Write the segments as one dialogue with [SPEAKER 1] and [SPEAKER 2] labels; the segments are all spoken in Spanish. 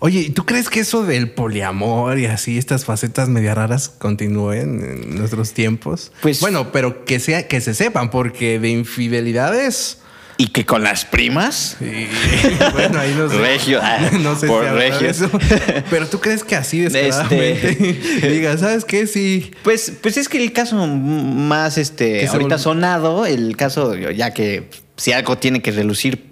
[SPEAKER 1] Oye, ¿y tú crees que eso del poliamor y así, estas facetas media raras continúen en nuestros tiempos?
[SPEAKER 2] Pues-
[SPEAKER 1] bueno, pero que sea, que se sepan, porque de infidelidades.
[SPEAKER 2] Y que con las primas.
[SPEAKER 1] y- bueno, ahí no sé.
[SPEAKER 2] Regio, ah,
[SPEAKER 1] no sé
[SPEAKER 2] por
[SPEAKER 1] si habrá de
[SPEAKER 2] regios.
[SPEAKER 1] eso. Pero tú crees que así
[SPEAKER 2] Este-
[SPEAKER 1] descaradamente diga, ¿sabes qué? Sí.
[SPEAKER 2] Pues, pues es que el caso m- más este
[SPEAKER 1] Que se
[SPEAKER 2] ahorita
[SPEAKER 1] volvió-
[SPEAKER 2] sonado, el caso, ya que si algo tiene que relucir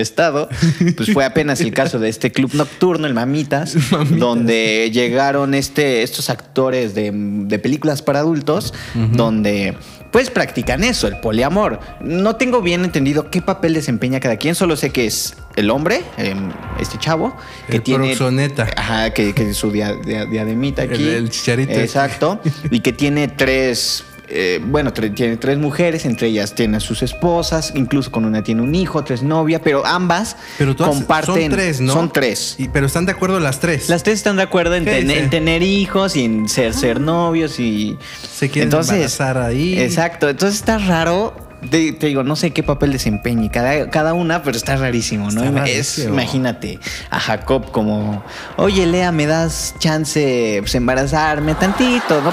[SPEAKER 2] estado, pues fue apenas el caso de este club nocturno, el Mamitas, donde llegaron este, estos actores de, de películas para adultos, donde pues practican eso, el poliamor. No tengo bien entendido qué papel desempeña cada quien, solo sé que es el hombre, em, este chavo, que
[SPEAKER 1] El
[SPEAKER 2] tiene...
[SPEAKER 1] proxoneta.
[SPEAKER 2] Ajá, que, que su dia- dia- diademita
[SPEAKER 1] El-
[SPEAKER 2] aquí.
[SPEAKER 1] el chicharito.
[SPEAKER 2] Exacto. y que tiene tres. eh, bueno, tre- tiene tres mujeres, entre ellas tiene a sus esposas, incluso con una tiene un hijo, tres novias, pero ambas
[SPEAKER 1] Pero todas son
[SPEAKER 2] comparten.
[SPEAKER 1] tres, ¿no?
[SPEAKER 2] Son tres.
[SPEAKER 1] Y- pero están de acuerdo las tres.
[SPEAKER 2] Las tres están de acuerdo en,
[SPEAKER 1] ¿Qué
[SPEAKER 2] ten-
[SPEAKER 1] dice?
[SPEAKER 2] en tener hijos y en ser, ser novios y.
[SPEAKER 1] Se quieren embarazar ahí.
[SPEAKER 2] Exacto. Entonces está raro. Te, te digo, no sé qué papel desempeñe cada, cada una, pero está rarísimo, ¿no?
[SPEAKER 1] Está
[SPEAKER 2] Es-
[SPEAKER 1] rarísimo.
[SPEAKER 2] imagínate a Jacob como, oye, Lea, ¿me das chance pues, embarazarme tantito? ¿no?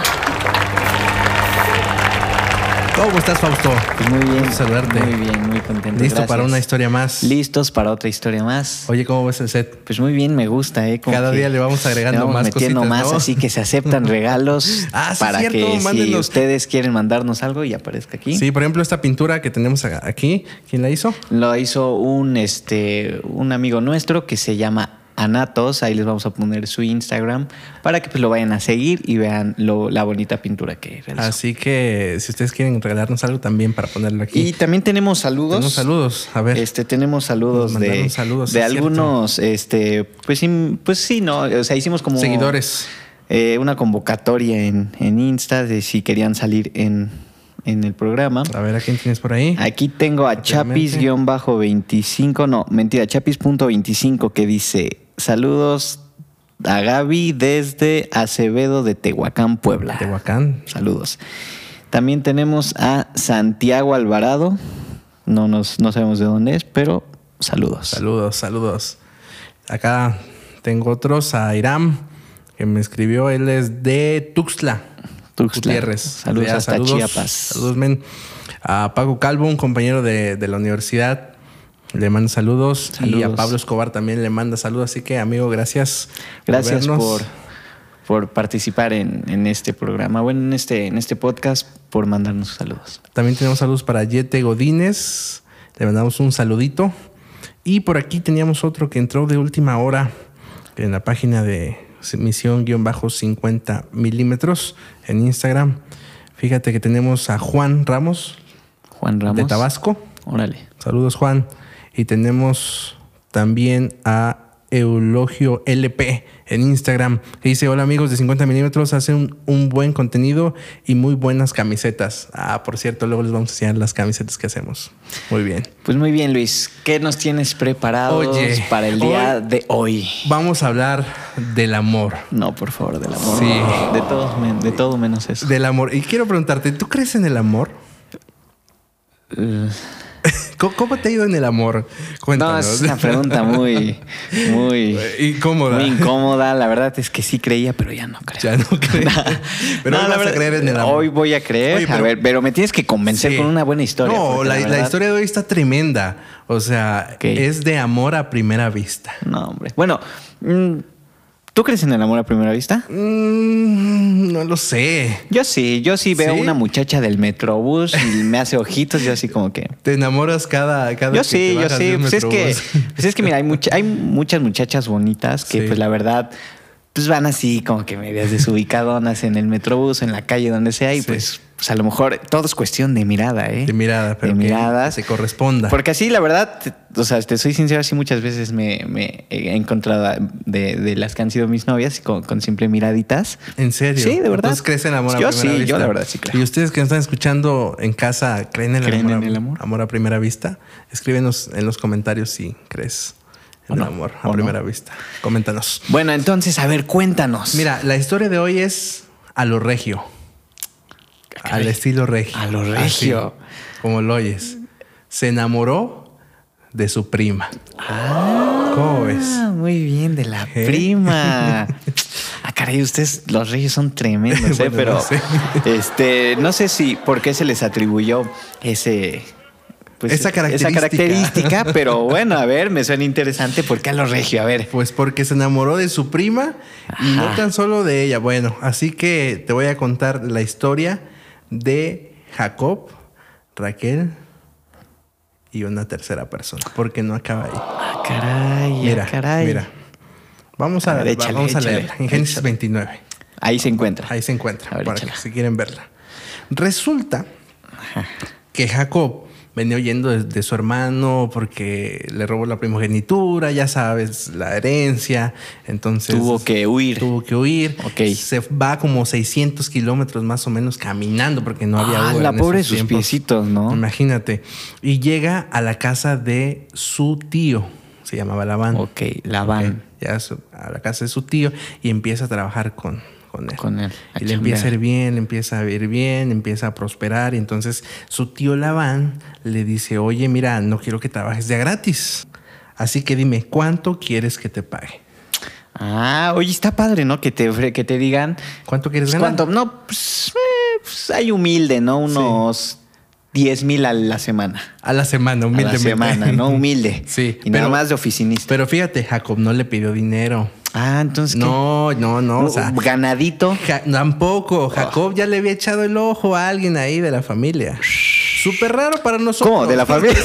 [SPEAKER 1] ¿Cómo estás, Fausto?
[SPEAKER 2] Pues muy bien.
[SPEAKER 1] Gusto saludarte.
[SPEAKER 2] Muy bien, muy contento.
[SPEAKER 1] Listo
[SPEAKER 2] gracias.
[SPEAKER 1] para una historia más.
[SPEAKER 2] Listos para otra historia más.
[SPEAKER 1] Oye, ¿cómo ves el set?
[SPEAKER 2] Pues muy bien, me gusta, ¿eh? Como
[SPEAKER 1] Cada
[SPEAKER 2] que
[SPEAKER 1] día le vamos agregando
[SPEAKER 2] le vamos
[SPEAKER 1] más
[SPEAKER 2] metiendo
[SPEAKER 1] cositas,
[SPEAKER 2] más,
[SPEAKER 1] ¿no?
[SPEAKER 2] así que se aceptan regalos
[SPEAKER 1] Ah, sí,
[SPEAKER 2] para
[SPEAKER 1] cierto,
[SPEAKER 2] que si
[SPEAKER 1] mándenos.
[SPEAKER 2] ustedes quieren mandarnos algo y aparezca aquí.
[SPEAKER 1] Sí, por ejemplo, esta pintura que tenemos a- aquí, ¿quién la hizo?
[SPEAKER 2] Lo hizo un, este, un amigo nuestro que se llama Anatos. Ahí les vamos a poner su Instagram para que pues, lo vayan a seguir y vean lo- la bonita pintura que realizó.
[SPEAKER 1] Así que si ustedes quieren regalarnos algo también para ponerlo
[SPEAKER 2] Y
[SPEAKER 1] aquí.
[SPEAKER 2] también tenemos saludos.
[SPEAKER 1] Tenemos saludos, a ver.
[SPEAKER 2] Este, tenemos saludos
[SPEAKER 1] Nos mandaron
[SPEAKER 2] de,
[SPEAKER 1] saludos,
[SPEAKER 2] de
[SPEAKER 1] es cierto.
[SPEAKER 2] algunos, este, pues sí, pues sí, no, o sea, hicimos como
[SPEAKER 1] Seguidores.
[SPEAKER 2] eh, una convocatoria en, en Insta de si querían salir en, en el programa.
[SPEAKER 1] A ver, ¿a quién tienes por ahí?
[SPEAKER 2] Aquí tengo a
[SPEAKER 1] Rápidamente.
[SPEAKER 2] Chapis-25, no, mentira, Chapis.25 que dice, saludos a Gaby desde Acevedo de Tehuacán, Puebla.
[SPEAKER 1] Tehuacán.
[SPEAKER 2] Saludos. También tenemos a Santiago Alvarado, no, nos, no sabemos de dónde es, pero saludos.
[SPEAKER 1] Saludos, saludos. Acá tengo otros a Iram, que me escribió. Él es de Tuxtla.
[SPEAKER 2] Tuxtla.
[SPEAKER 1] Gutiérrez.
[SPEAKER 2] Pues Saludos
[SPEAKER 1] Ya,
[SPEAKER 2] hasta Chiapas.
[SPEAKER 1] Saludos, men. A Paco Calvo, un compañero de, de la universidad. Le mando saludos. Y a
[SPEAKER 2] Saludos.
[SPEAKER 1] Pablo Escobar también le manda saludos. Así que, amigo, gracias. por
[SPEAKER 2] Gracias
[SPEAKER 1] vernos.
[SPEAKER 2] por, por participar en, en este programa, bueno, en este, en este podcast, por mandarnos saludos.
[SPEAKER 1] También tenemos saludos para Yete Godínez. Le mandamos un saludito. Y por aquí teníamos otro que entró de última hora en la página de misión-50 milímetros en Instagram. Fíjate que tenemos a Juan Ramos,
[SPEAKER 2] Juan Ramos.
[SPEAKER 1] de Tabasco.
[SPEAKER 2] Órale.
[SPEAKER 1] Saludos, Juan. Y tenemos también a Eulogio LP en Instagram. Que dice: Hola, amigos de 50 milímetros. Hacen un, un buen contenido y muy buenas camisetas. Ah, por cierto, luego les vamos a enseñar las camisetas que hacemos. Muy bien.
[SPEAKER 2] Pues muy bien, Luis. ¿Qué nos tienes preparado
[SPEAKER 1] Oye,
[SPEAKER 2] para el día
[SPEAKER 1] hoy-
[SPEAKER 2] de hoy?
[SPEAKER 1] Vamos a hablar del amor.
[SPEAKER 2] No, por favor, del amor.
[SPEAKER 1] Sí.
[SPEAKER 2] De, todo, men- de todo menos eso.
[SPEAKER 1] Del amor. Y quiero preguntarte: ¿tú crees en el amor?
[SPEAKER 2] Eh,
[SPEAKER 1] ¿Cómo, cómo te ha ido en el amor?
[SPEAKER 2] No,
[SPEAKER 1] Cuéntanos.
[SPEAKER 2] es una pregunta muy, muy,
[SPEAKER 1] Incómoda.
[SPEAKER 2] muy incómoda. La verdad es que sí creía, pero ya no creo.
[SPEAKER 1] Ya no creo. Pero
[SPEAKER 2] No,
[SPEAKER 1] hoy
[SPEAKER 2] la
[SPEAKER 1] vas
[SPEAKER 2] verdad,
[SPEAKER 1] a creer en el amor.
[SPEAKER 2] Hoy voy a creer.
[SPEAKER 1] Oye,
[SPEAKER 2] a
[SPEAKER 1] pero-
[SPEAKER 2] ver, pero me tienes que convencer
[SPEAKER 1] Sí.
[SPEAKER 2] con una buena historia.
[SPEAKER 1] No,
[SPEAKER 2] porque
[SPEAKER 1] la, la
[SPEAKER 2] verdad-
[SPEAKER 1] historia de hoy está tremenda. O sea,
[SPEAKER 2] Ok.
[SPEAKER 1] es de amor a primera vista.
[SPEAKER 2] No, hombre. Bueno, mm, ¿tú crees en el amor a primera vista?
[SPEAKER 1] Mm, no lo sé.
[SPEAKER 2] Yo sí, yo sí veo
[SPEAKER 1] ¿Sí?
[SPEAKER 2] una muchacha del metrobús y me hace ojitos, yo así como que.
[SPEAKER 1] Te enamoras cada, cada
[SPEAKER 2] Yo
[SPEAKER 1] que te
[SPEAKER 2] sí, yo
[SPEAKER 1] bajas
[SPEAKER 2] sí.
[SPEAKER 1] de un
[SPEAKER 2] Pues es, que,
[SPEAKER 1] metrobús.
[SPEAKER 2] pues es que, mira, hay, mucha- hay muchas muchachas bonitas que,
[SPEAKER 1] Sí.
[SPEAKER 2] pues la verdad, pues van así como que medias desubicadonas en el metrobús, en la calle, donde sea. Y
[SPEAKER 1] Sí.
[SPEAKER 2] pues, pues, a lo mejor todo es cuestión de mirada, ¿eh?
[SPEAKER 1] De mirada, pero
[SPEAKER 2] de
[SPEAKER 1] que
[SPEAKER 2] miradas.
[SPEAKER 1] se corresponda.
[SPEAKER 2] Porque así, la verdad, te- o sea, te soy sincero, así muchas veces me, me he encontrado de, de las que han sido mis novias y con, con simple miraditas.
[SPEAKER 1] En serio.
[SPEAKER 2] Sí, de verdad.
[SPEAKER 1] Entonces crees en amor
[SPEAKER 2] Yo
[SPEAKER 1] a primera
[SPEAKER 2] sí, yo
[SPEAKER 1] vista.
[SPEAKER 2] la verdad sí creo.
[SPEAKER 1] Y ustedes que nos están escuchando en casa, ¿creen en el,
[SPEAKER 2] ¿Creen
[SPEAKER 1] amor,
[SPEAKER 2] en
[SPEAKER 1] a,
[SPEAKER 2] el amor?
[SPEAKER 1] a primera vista? Escríbenos en los comentarios si crees
[SPEAKER 2] ¿O
[SPEAKER 1] en el
[SPEAKER 2] no?
[SPEAKER 1] amor
[SPEAKER 2] ¿O
[SPEAKER 1] a
[SPEAKER 2] no?
[SPEAKER 1] primera vista. Coméntanos.
[SPEAKER 2] Bueno, entonces, a ver, cuéntanos.
[SPEAKER 1] Mira, la historia de hoy es a lo regio.
[SPEAKER 2] Ah, caray.
[SPEAKER 1] Al estilo regio.
[SPEAKER 2] A lo regio.
[SPEAKER 1] Así, como lo oyes. Se enamoró de su prima. Ah, ¿Cómo ves?
[SPEAKER 2] muy bien, de la prima. Ah, caray, ustedes, los reyes son tremendos, ¿eh?
[SPEAKER 1] Bueno,
[SPEAKER 2] pero
[SPEAKER 1] no sé.
[SPEAKER 2] este, no sé si por qué se les atribuyó ese. pues,
[SPEAKER 1] Esa característica.
[SPEAKER 2] característica, pero bueno, a ver, me suena interesante. ¿Por qué a los regios? A ver.
[SPEAKER 1] Pues porque se enamoró de su prima y no
[SPEAKER 2] Ajá.
[SPEAKER 1] tan solo de ella. Bueno, así que te voy a contar la historia de Jacob, Raquel y una tercera persona, porque no acaba ahí.
[SPEAKER 2] Ah, caray, ah,
[SPEAKER 1] Mira,
[SPEAKER 2] caray.
[SPEAKER 1] mira. Vamos a,
[SPEAKER 2] A ver, échale,
[SPEAKER 1] vamos a
[SPEAKER 2] échale,
[SPEAKER 1] leerla. En Génesis 29.
[SPEAKER 2] Ahí se encuentra.
[SPEAKER 1] Ahí se encuentra,
[SPEAKER 2] A ver,
[SPEAKER 1] para que
[SPEAKER 2] échala.
[SPEAKER 1] si quieren verla. Resulta que Jacob venía huyendo de, de su hermano porque le robó la primogenitura, ya sabes, la herencia. Entonces
[SPEAKER 2] Tuvo que huir.
[SPEAKER 1] Tuvo que huir.
[SPEAKER 2] Ok.
[SPEAKER 1] Se va como 600 kilómetros más o menos caminando porque no había
[SPEAKER 2] Ah,
[SPEAKER 1] Uber
[SPEAKER 2] la
[SPEAKER 1] en
[SPEAKER 2] pobre de
[SPEAKER 1] esos
[SPEAKER 2] sus
[SPEAKER 1] tiempos.
[SPEAKER 2] piecitos, ¿no?
[SPEAKER 1] Imagínate. Y llega a la casa de su tío. Se llamaba Labán.
[SPEAKER 2] Ok, la van
[SPEAKER 1] Ya a su- a la casa de su tío y empieza a trabajar con, con él.
[SPEAKER 2] con él. a
[SPEAKER 1] Y le empieza a ir
[SPEAKER 2] chambear.
[SPEAKER 1] bien, le empieza a ir bien, empieza a prosperar. Y entonces su tío Labán le dice, oye, mira, no quiero que trabajes de a gratis. Así que dime, ¿cuánto quieres que te pague?
[SPEAKER 2] Ah, oye, está padre, ¿no? Que te, ofre- que te digan.
[SPEAKER 1] ¿Cuánto quieres
[SPEAKER 2] Pues,
[SPEAKER 1] ganar?
[SPEAKER 2] ¿Cuánto? No, pues, eh, pues, hay humilde, ¿no? Unos 10 mil a la semana.
[SPEAKER 1] A la semana,
[SPEAKER 2] A la
[SPEAKER 1] humildemente.
[SPEAKER 2] semana, ¿no? Humilde.
[SPEAKER 1] Sí,
[SPEAKER 2] Y nada
[SPEAKER 1] pero-
[SPEAKER 2] más de oficinista.
[SPEAKER 1] Pero fíjate, Jacob no le pidió dinero.
[SPEAKER 2] ah, entonces. ¿qué?
[SPEAKER 1] No, no, no. O sea,
[SPEAKER 2] ganadito.
[SPEAKER 1] Ja-
[SPEAKER 2] Oh.
[SPEAKER 1] tampoco. Jacob ya le había echado el ojo a alguien ahí de la familia. Súper raro para nosotros.
[SPEAKER 2] ¿Cómo? ¿De la familia?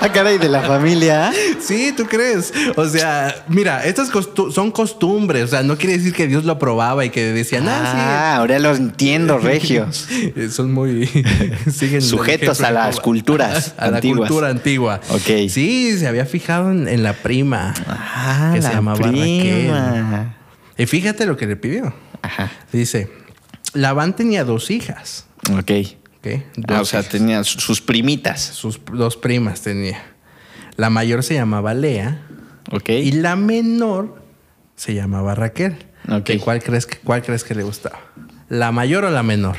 [SPEAKER 2] ah, caray, de la familia.
[SPEAKER 1] Sí, ¿tú crees? O sea, mira, estas costu- son costumbres. O sea, no quiere decir que Dios lo aprobaba y que decía, ah,
[SPEAKER 2] Ah, ahora lo entiendo, regios.
[SPEAKER 1] sí. Eh, Son muy... siguen el
[SPEAKER 2] Ah. Sujetos
[SPEAKER 1] ejemplo
[SPEAKER 2] a
[SPEAKER 1] de
[SPEAKER 2] las
[SPEAKER 1] Jacob.
[SPEAKER 2] culturas
[SPEAKER 1] A la
[SPEAKER 2] antiguas.
[SPEAKER 1] cultura antigua.
[SPEAKER 2] Ok.
[SPEAKER 1] Sí, se había fijado en, en la prima.
[SPEAKER 2] Ah,
[SPEAKER 1] Que se
[SPEAKER 2] la
[SPEAKER 1] llamaba Raquel.
[SPEAKER 2] prima.
[SPEAKER 1] Y fíjate lo que le pidió.
[SPEAKER 2] Ajá.
[SPEAKER 1] Dice, Labán tenía dos hijas.
[SPEAKER 2] Ok.
[SPEAKER 1] ¿ok? Dos
[SPEAKER 2] Ah, o sea,
[SPEAKER 1] hijas.
[SPEAKER 2] tenía su- sus primitas.
[SPEAKER 1] Sus dos primas tenía. La mayor se llamaba Lea
[SPEAKER 2] Ok.
[SPEAKER 1] y la menor se llamaba Raquel.
[SPEAKER 2] Ok.
[SPEAKER 1] ¿Que ¿Cuál, crees que, ¿Cuál crees que le gustaba? ¿La mayor o la menor?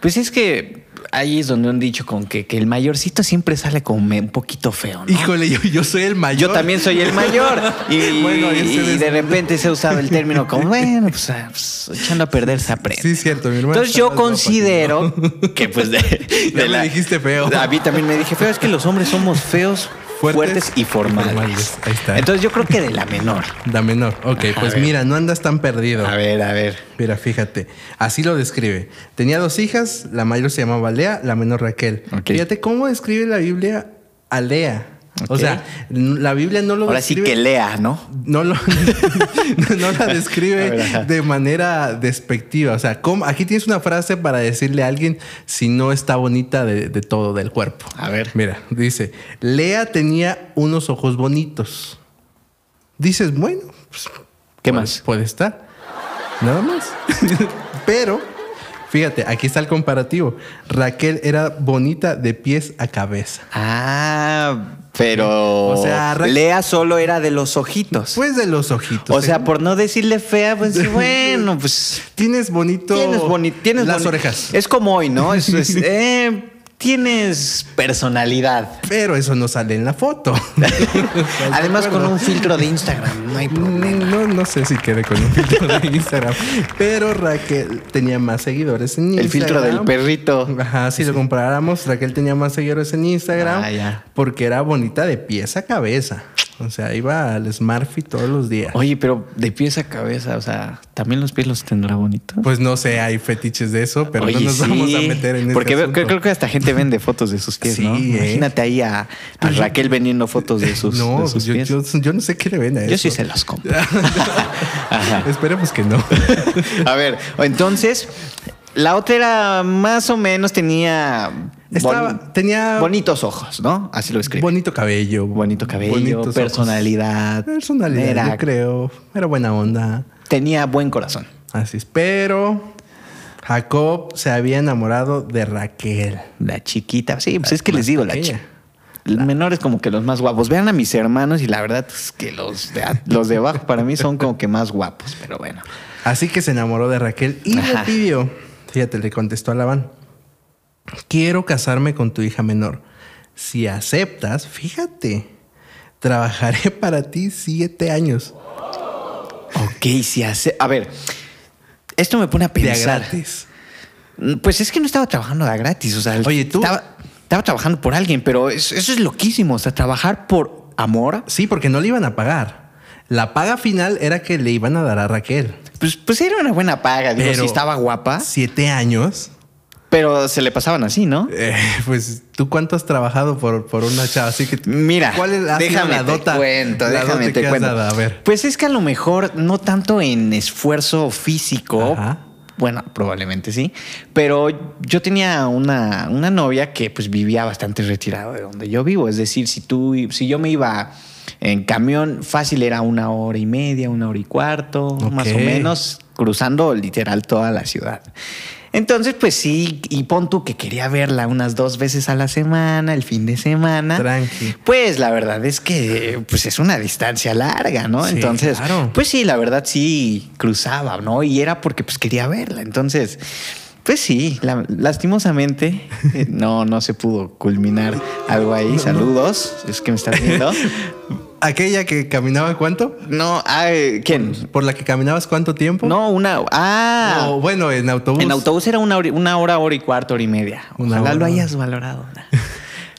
[SPEAKER 2] Pues es que ahí es donde han dicho con que, que el mayorcito siempre sale como me- un poquito feo, ¿no?
[SPEAKER 1] Híjole, yo, yo soy el mayor.
[SPEAKER 2] Yo también soy el mayor. Y,
[SPEAKER 1] Bueno, ahí
[SPEAKER 2] y
[SPEAKER 1] ustedes-
[SPEAKER 2] de repente se ha usado el término como, bueno, pues, ah, pues, echando a perder se aprende.
[SPEAKER 1] Sí, cierto, mi hermano.
[SPEAKER 2] Entonces
[SPEAKER 1] está
[SPEAKER 2] yo
[SPEAKER 1] más guapo que
[SPEAKER 2] considero que pues de, de
[SPEAKER 1] pues, Ya me dijiste feo.
[SPEAKER 2] A mí también me dije feo. Es que los hombres somos feos, fuertes,
[SPEAKER 1] Fuertes
[SPEAKER 2] y
[SPEAKER 1] y
[SPEAKER 2] formales.
[SPEAKER 1] formales. Ahí está.
[SPEAKER 2] Entonces yo creo que de la menor.
[SPEAKER 1] La menor. Ok,
[SPEAKER 2] Ajá, a
[SPEAKER 1] pues
[SPEAKER 2] ver.
[SPEAKER 1] mira, no andas tan perdido.
[SPEAKER 2] A ver, a ver.
[SPEAKER 1] Mira, fíjate, así lo describe. Tenía dos hijas, la mayor se llamaba Lea, la menor Raquel.
[SPEAKER 2] Ok.
[SPEAKER 1] Fíjate cómo describe la Biblia a Lea. O
[SPEAKER 2] Ok.
[SPEAKER 1] sea, n- la Biblia no lo
[SPEAKER 2] Ahora sí
[SPEAKER 1] describe.
[SPEAKER 2] que lea, ¿no?
[SPEAKER 1] no, lo, no la describe
[SPEAKER 2] A ver, ajá.
[SPEAKER 1] de manera despectiva. O sea, ¿cómo- aquí tienes una frase para decirle a alguien si no está bonita de, de todo, del cuerpo.
[SPEAKER 2] A ver.
[SPEAKER 1] Mira, dice, Lea tenía unos ojos bonitos. Dices, bueno, pues,
[SPEAKER 2] ¿Qué
[SPEAKER 1] puede-
[SPEAKER 2] más?
[SPEAKER 1] Puede estar. Nada más. Pero, fíjate, aquí está el comparativo. Raquel era bonita de pies a cabeza.
[SPEAKER 2] Ah, pero
[SPEAKER 1] O sea, re-
[SPEAKER 2] Lea solo era de los ojitos.
[SPEAKER 1] Pues de los ojitos.
[SPEAKER 2] o sea, por no decirle fea, pues bueno, pues
[SPEAKER 1] Tienes bonito.
[SPEAKER 2] tienes bonito, tienes
[SPEAKER 1] las
[SPEAKER 2] boni-
[SPEAKER 1] orejas.
[SPEAKER 2] Es como hoy, ¿no? Eso es, eh, tienes personalidad.
[SPEAKER 1] Pero eso no sale en la foto.
[SPEAKER 2] Además con un filtro de Instagram, no hay problema.
[SPEAKER 1] No, no sé si quede con un filtro de Instagram. Pero Raquel tenía más seguidores en Instagram.
[SPEAKER 2] El filtro del perrito.
[SPEAKER 1] Ajá, si lo comparáramos, Raquel tenía más seguidores en Instagram
[SPEAKER 2] Ah, ya.
[SPEAKER 1] porque era bonita de pies a cabeza. O sea, iba al Smartfit todos los días.
[SPEAKER 2] Oye, pero de pies a cabeza, o sea, también los pies los tendrá bonitos.
[SPEAKER 1] Pues no sé, hay fetiches de eso, pero no
[SPEAKER 2] Oye,
[SPEAKER 1] nos vamos a
[SPEAKER 2] sí,
[SPEAKER 1] meter en
[SPEAKER 2] Porque
[SPEAKER 1] este
[SPEAKER 2] veo- creo,
[SPEAKER 1] asunto.
[SPEAKER 2] creo que hasta gente vende fotos de sus pies,
[SPEAKER 1] Sí,
[SPEAKER 2] ¿no?
[SPEAKER 1] ¿eh? Pues
[SPEAKER 2] Imagínate ahí a, a Raquel vendiendo fotos de sus,
[SPEAKER 1] no, pues
[SPEAKER 2] de sus
[SPEAKER 1] yo,
[SPEAKER 2] pies.
[SPEAKER 1] yo, yo no sé qué le ven a
[SPEAKER 2] Yo sí
[SPEAKER 1] eso.
[SPEAKER 2] se los compro. Ajá.
[SPEAKER 1] Esperemos que no.
[SPEAKER 2] A ver, entonces, la otra era más o menos tenía bon-
[SPEAKER 1] Estaba- tenía-
[SPEAKER 2] bonitos ojos, ¿no? Así lo escribe.
[SPEAKER 1] Bonito cabello.
[SPEAKER 2] Bonito cabello,
[SPEAKER 1] bonitos ojos.
[SPEAKER 2] personalidad.
[SPEAKER 1] Personalidad,
[SPEAKER 2] Era-
[SPEAKER 1] yo creo. Era buena onda.
[SPEAKER 2] Tenía buen corazón.
[SPEAKER 1] Así es. Pero Jacob se había enamorado de Raquel.
[SPEAKER 2] La chiquita, sí, pues es que les digo, la
[SPEAKER 1] pequeña.
[SPEAKER 2] chica. Los menores como que los más guapos. Vean a mis hermanos y la verdad es que los de, a- los de abajo para mí son como que más guapos, pero bueno.
[SPEAKER 1] Así que se enamoró de Raquel y
[SPEAKER 2] Ajá.
[SPEAKER 1] le pidió, fíjate, le contestó a Labán, quiero casarme con tu hija menor. Si aceptas, fíjate, trabajaré para ti siete años.
[SPEAKER 2] Ok, si hace. A ver, esto me pone a
[SPEAKER 1] De a
[SPEAKER 2] pensar.
[SPEAKER 1] gratis.
[SPEAKER 2] Pues es que no estaba trabajando de a gratis. O sea,
[SPEAKER 1] Oye, tú-
[SPEAKER 2] Estaba, estaba trabajando por alguien, pero es- eso es loquísimo. O sea, trabajar por amor,
[SPEAKER 1] Sí, porque no le iban a pagar. La paga final era que le iban a dar a Raquel.
[SPEAKER 2] pues, pues era una buena paga. Digo,
[SPEAKER 1] Pero-
[SPEAKER 2] si estaba guapa,
[SPEAKER 1] Siete años.
[SPEAKER 2] pero se le pasaban así, ¿no?
[SPEAKER 1] Eh, pues, ¿tú cuánto has trabajado por, por una chava? Así que.
[SPEAKER 2] Mira,
[SPEAKER 1] ¿Cuál es- ha sido
[SPEAKER 2] déjame
[SPEAKER 1] la
[SPEAKER 2] te
[SPEAKER 1] dota-
[SPEAKER 2] cuento,
[SPEAKER 1] la
[SPEAKER 2] déjame
[SPEAKER 1] dota
[SPEAKER 2] te
[SPEAKER 1] que has
[SPEAKER 2] cuento.
[SPEAKER 1] dado? A ver.
[SPEAKER 2] Pues es que a lo mejor no tanto en esfuerzo físico,
[SPEAKER 1] Ajá.
[SPEAKER 2] bueno, probablemente sí, pero yo tenía una, una novia que pues vivía bastante retirado de donde yo vivo, es decir, si tú si yo me iba en camión fácil era una hora y media, una hora y cuarto, más o
[SPEAKER 1] Ok.
[SPEAKER 2] menos cruzando literal toda la ciudad. Entonces, pues sí, y pon tú que quería verla unas dos veces a la semana, el fin de semana.
[SPEAKER 1] Tranqui.
[SPEAKER 2] Pues la verdad es que pues es una distancia larga, ¿no?
[SPEAKER 1] Sí,
[SPEAKER 2] Entonces,
[SPEAKER 1] claro.
[SPEAKER 2] pues sí, la verdad sí cruzaba, ¿no? Y era porque pues quería verla. Entonces, pues sí, la- lastimosamente eh, no no se pudo culminar algo ahí. Saludos, es que me estás viendo.
[SPEAKER 1] Aquella que caminaba cuánto?
[SPEAKER 2] No, ay, ¿quién?
[SPEAKER 1] ¿Por la que caminabas cuánto tiempo?
[SPEAKER 2] No, una ah,
[SPEAKER 1] O, bueno, en autobús.
[SPEAKER 2] en autobús era una hora, una hora, hora y cuarto, hora y media.
[SPEAKER 1] Una
[SPEAKER 2] Ojalá lo
[SPEAKER 1] hora.
[SPEAKER 2] hayas valorado.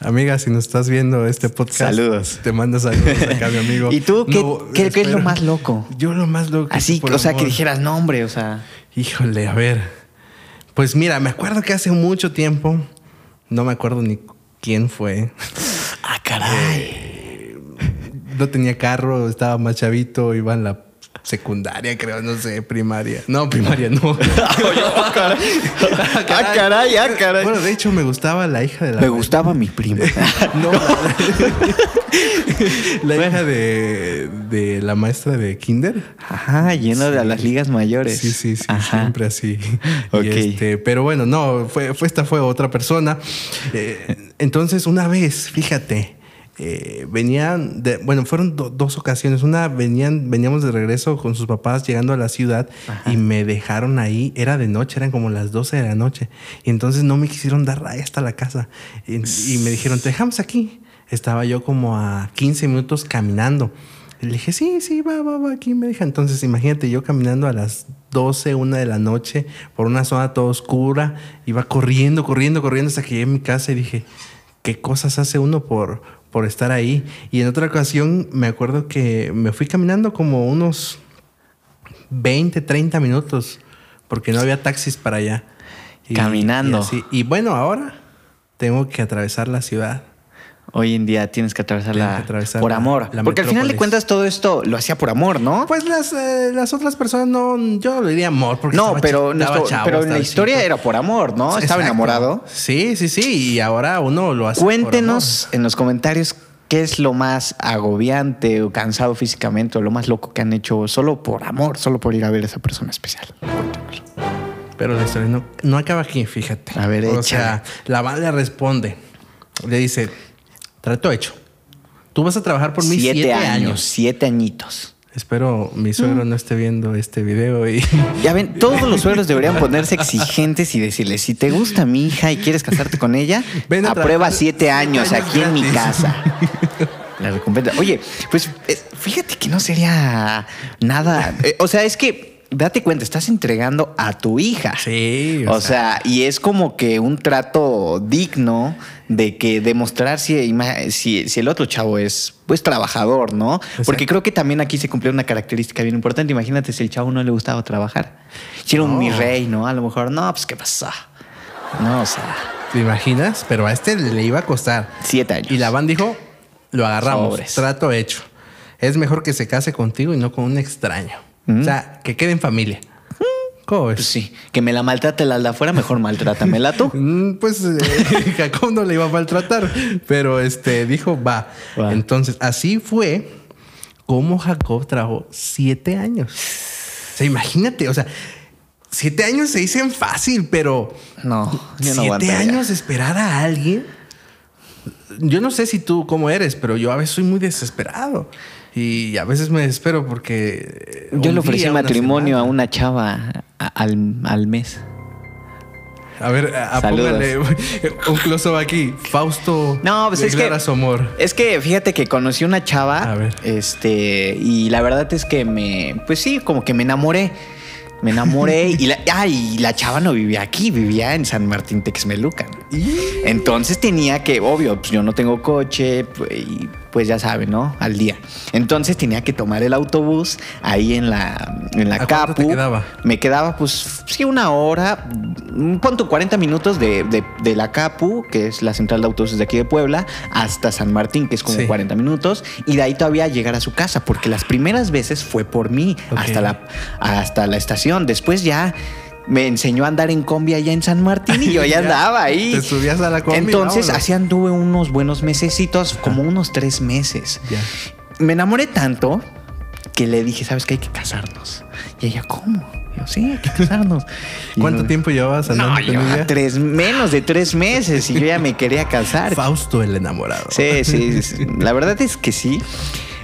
[SPEAKER 1] Amiga, si nos estás viendo este podcast.
[SPEAKER 2] Saludos.
[SPEAKER 1] Te mando saludos acá, mi amigo.
[SPEAKER 2] ¿Y tú qué- qué- qué es lo
[SPEAKER 1] espero-
[SPEAKER 2] más loco?
[SPEAKER 1] Yo lo más loco.
[SPEAKER 2] Así,
[SPEAKER 1] por
[SPEAKER 2] o sea, que
[SPEAKER 1] amor.
[SPEAKER 2] dijeras, no, hombre, o sea,
[SPEAKER 1] Híjole, a ver. Pues mira, me acuerdo que hace mucho tiempo, no me acuerdo ni quién fue.
[SPEAKER 2] ah, caray.
[SPEAKER 1] No tenía carro, estaba más chavito, iba en la secundaria, creo, no sé, primaria. No, primaria no.
[SPEAKER 2] ah, caray. Ah, caray, ah, caray.
[SPEAKER 1] Bueno, de hecho me gustaba la hija de la
[SPEAKER 2] Me gustaba mi prima.
[SPEAKER 1] No. la hija de, de la maestra de kinder.
[SPEAKER 2] Ajá, lleno de las ligas mayores.
[SPEAKER 1] Sí, sí, sí,
[SPEAKER 2] Ajá.
[SPEAKER 1] siempre así. Y,
[SPEAKER 2] Ok.
[SPEAKER 1] este, pero bueno, no, fue, fue- esta fue otra persona. Eh, entonces, una vez, fíjate, eh, venían, de- bueno, fueron do- dos ocasiones. Una, venían, veníamos de regreso con sus papás llegando a la ciudad y me dejaron ahí. Era de noche, eran como las 12 de la noche. Y entonces no me quisieron dar raya hasta la casa. Y, y me dijeron, te dejamos aquí. Estaba yo como a 15 minutos caminando. Y Le dije, sí, sí, va, va, va, aquí me deja. Entonces, imagínate, yo caminando a las 12, una de la noche, por una zona toda oscura, iba corriendo, corriendo, corriendo hasta que llegué a mi casa y dije, ¿qué cosas hace uno por, por estar ahí? Y en otra ocasión me acuerdo que me fui caminando como unos 20, 30 minutos, porque no había taxis para allá.
[SPEAKER 2] Caminando.
[SPEAKER 1] Y, así. Y bueno, ahora tengo que atravesar la ciudad.
[SPEAKER 2] Hoy en día tienes que atravesar
[SPEAKER 1] Tienes
[SPEAKER 2] la
[SPEAKER 1] que atravesar
[SPEAKER 2] por
[SPEAKER 1] la-
[SPEAKER 2] amor.
[SPEAKER 1] la
[SPEAKER 2] Porque al final de
[SPEAKER 1] metrópolis.
[SPEAKER 2] cuentas todo esto lo hacía por amor, ¿no?
[SPEAKER 1] Pues las, eh, las otras personas no, yo le diría amor. Porque
[SPEAKER 2] no,
[SPEAKER 1] estaba
[SPEAKER 2] pero,
[SPEAKER 1] chi- estaba
[SPEAKER 2] nuestro-
[SPEAKER 1] chavo,
[SPEAKER 2] pero en
[SPEAKER 1] estaba
[SPEAKER 2] la historia
[SPEAKER 1] chico.
[SPEAKER 2] era por amor, ¿no? Estaba
[SPEAKER 1] Exacto.
[SPEAKER 2] enamorado.
[SPEAKER 1] Sí, sí, sí. Y ahora uno lo hace. por
[SPEAKER 2] Cuéntenos en los comentarios qué es lo más agobiante o cansado físicamente o lo más loco que han hecho solo por amor, solo por ir a ver a esa persona especial.
[SPEAKER 1] amor. Pero la historia no, no acaba aquí, fíjate.
[SPEAKER 2] A ver,
[SPEAKER 1] O
[SPEAKER 2] échale.
[SPEAKER 1] sea, la van le responde. Le dice, trato hecho. Tú vas a trabajar por mí siete, años.
[SPEAKER 2] siete añitos.
[SPEAKER 1] Espero
[SPEAKER 2] Mm.
[SPEAKER 1] mi suegro no esté viendo este video y...
[SPEAKER 2] Ya ven, todos los suegros deberían ponerse exigentes y decirles, si te gusta mi hija y quieres casarte con ella,
[SPEAKER 1] Ven a
[SPEAKER 2] aprueba
[SPEAKER 1] trabajar
[SPEAKER 2] siete
[SPEAKER 1] siete
[SPEAKER 2] años
[SPEAKER 1] años
[SPEAKER 2] aquí en mi
[SPEAKER 1] gratis".
[SPEAKER 2] casa. La recompensa. Oye, pues eh, fíjate que no sería nada. eh, o sea, es que date cuenta, estás entregando a tu hija.
[SPEAKER 1] Sí,
[SPEAKER 2] O sea, y es como que un trato digno de que demostrar si, ima- si, si el otro chavo es pues trabajador, ¿no? Porque creo que también aquí se cumplió una característica bien importante. Imagínate si el chavo no le gustaba trabajar. Si era un
[SPEAKER 1] No.
[SPEAKER 2] mi rey, ¿no? A lo mejor, no, pues qué pasó. No, o sea,
[SPEAKER 1] ¿Te imaginas? Pero a este le iba a costar.
[SPEAKER 2] siete años.
[SPEAKER 1] Y la van dijo, lo agarramos,
[SPEAKER 2] Sobres.
[SPEAKER 1] trato hecho. Es mejor que se case contigo y no con un extraño.
[SPEAKER 2] Mm.
[SPEAKER 1] O sea, que quede en familia. ¿Cómo
[SPEAKER 2] Pues
[SPEAKER 1] ves?
[SPEAKER 2] sí, que me la maltrate la de afuera, mejor maltrátamela tú.
[SPEAKER 1] Mm, Pues eh, Jacob no le iba a maltratar, pero este dijo, va.
[SPEAKER 2] Va.
[SPEAKER 1] Entonces, así fue como Jacob trabajó siete años. O sea, imagínate, o sea, siete años se dicen fácil, pero
[SPEAKER 2] No, yo no
[SPEAKER 1] siete
[SPEAKER 2] aguantaría.
[SPEAKER 1] años de esperar a alguien. Yo no sé si tú cómo eres, pero yo a veces soy muy desesperado. Y a veces me desespero porque. eh,
[SPEAKER 2] Yo
[SPEAKER 1] un
[SPEAKER 2] le ofrecí
[SPEAKER 1] día, una
[SPEAKER 2] matrimonio a
[SPEAKER 1] semana-
[SPEAKER 2] una chava a- al, al mes.
[SPEAKER 1] A ver, a- a-
[SPEAKER 2] Saludos.
[SPEAKER 1] póngale un close-up aquí. Fausto
[SPEAKER 2] No, pues es
[SPEAKER 1] declara
[SPEAKER 2] que-
[SPEAKER 1] su amor.
[SPEAKER 2] Es que fíjate que conocí una chava.
[SPEAKER 1] A ver.
[SPEAKER 2] Este. Y la verdad es que me. Pues sí, como que me enamoré. Me enamoré. y, la, ah, y la chava no vivía aquí, vivía en San Martín Texmelucan. Entonces tenía que, obvio, pues yo no tengo coche, pues, y pues ya saben, ¿no? Al día. Entonces tenía que tomar el autobús ahí en la, en la
[SPEAKER 1] ¿A cuánto te
[SPEAKER 2] Capu.
[SPEAKER 1] quedaba?
[SPEAKER 2] Me quedaba, pues, sí, una hora, mm, pon tu 40 minutos de, de- de la Capu, que es la central de autobuses de aquí de Puebla, hasta San Martín, que es como
[SPEAKER 1] Sí.
[SPEAKER 2] 40 minutos, y de ahí todavía llegar a su casa, porque las primeras veces fue por mí
[SPEAKER 1] Ok.
[SPEAKER 2] hasta, la, hasta la estación. Después ya me enseñó a andar en combi allá en San Martín y yo ya
[SPEAKER 1] Ya.
[SPEAKER 2] andaba ahí.
[SPEAKER 1] Te subías a la combi,
[SPEAKER 2] Entonces,
[SPEAKER 1] vámonos.
[SPEAKER 2] así anduve unos buenos mesecitos, como unos tres meses.
[SPEAKER 1] Ya.
[SPEAKER 2] Me enamoré tanto que le dije, ¿sabes qué? Hay que casarnos. Y ella, ¿cómo? Yo, sí, hay que casarnos. Y
[SPEAKER 1] ¿Cuánto
[SPEAKER 2] yo,
[SPEAKER 1] tiempo llevabas andando
[SPEAKER 2] Mm. No,
[SPEAKER 1] con
[SPEAKER 2] llevaba
[SPEAKER 1] ella?
[SPEAKER 2] tres, menos de tres meses y yo ya me quería casar.
[SPEAKER 1] Fausto el enamorado.
[SPEAKER 2] Sí, sí, sí. la verdad es que sí.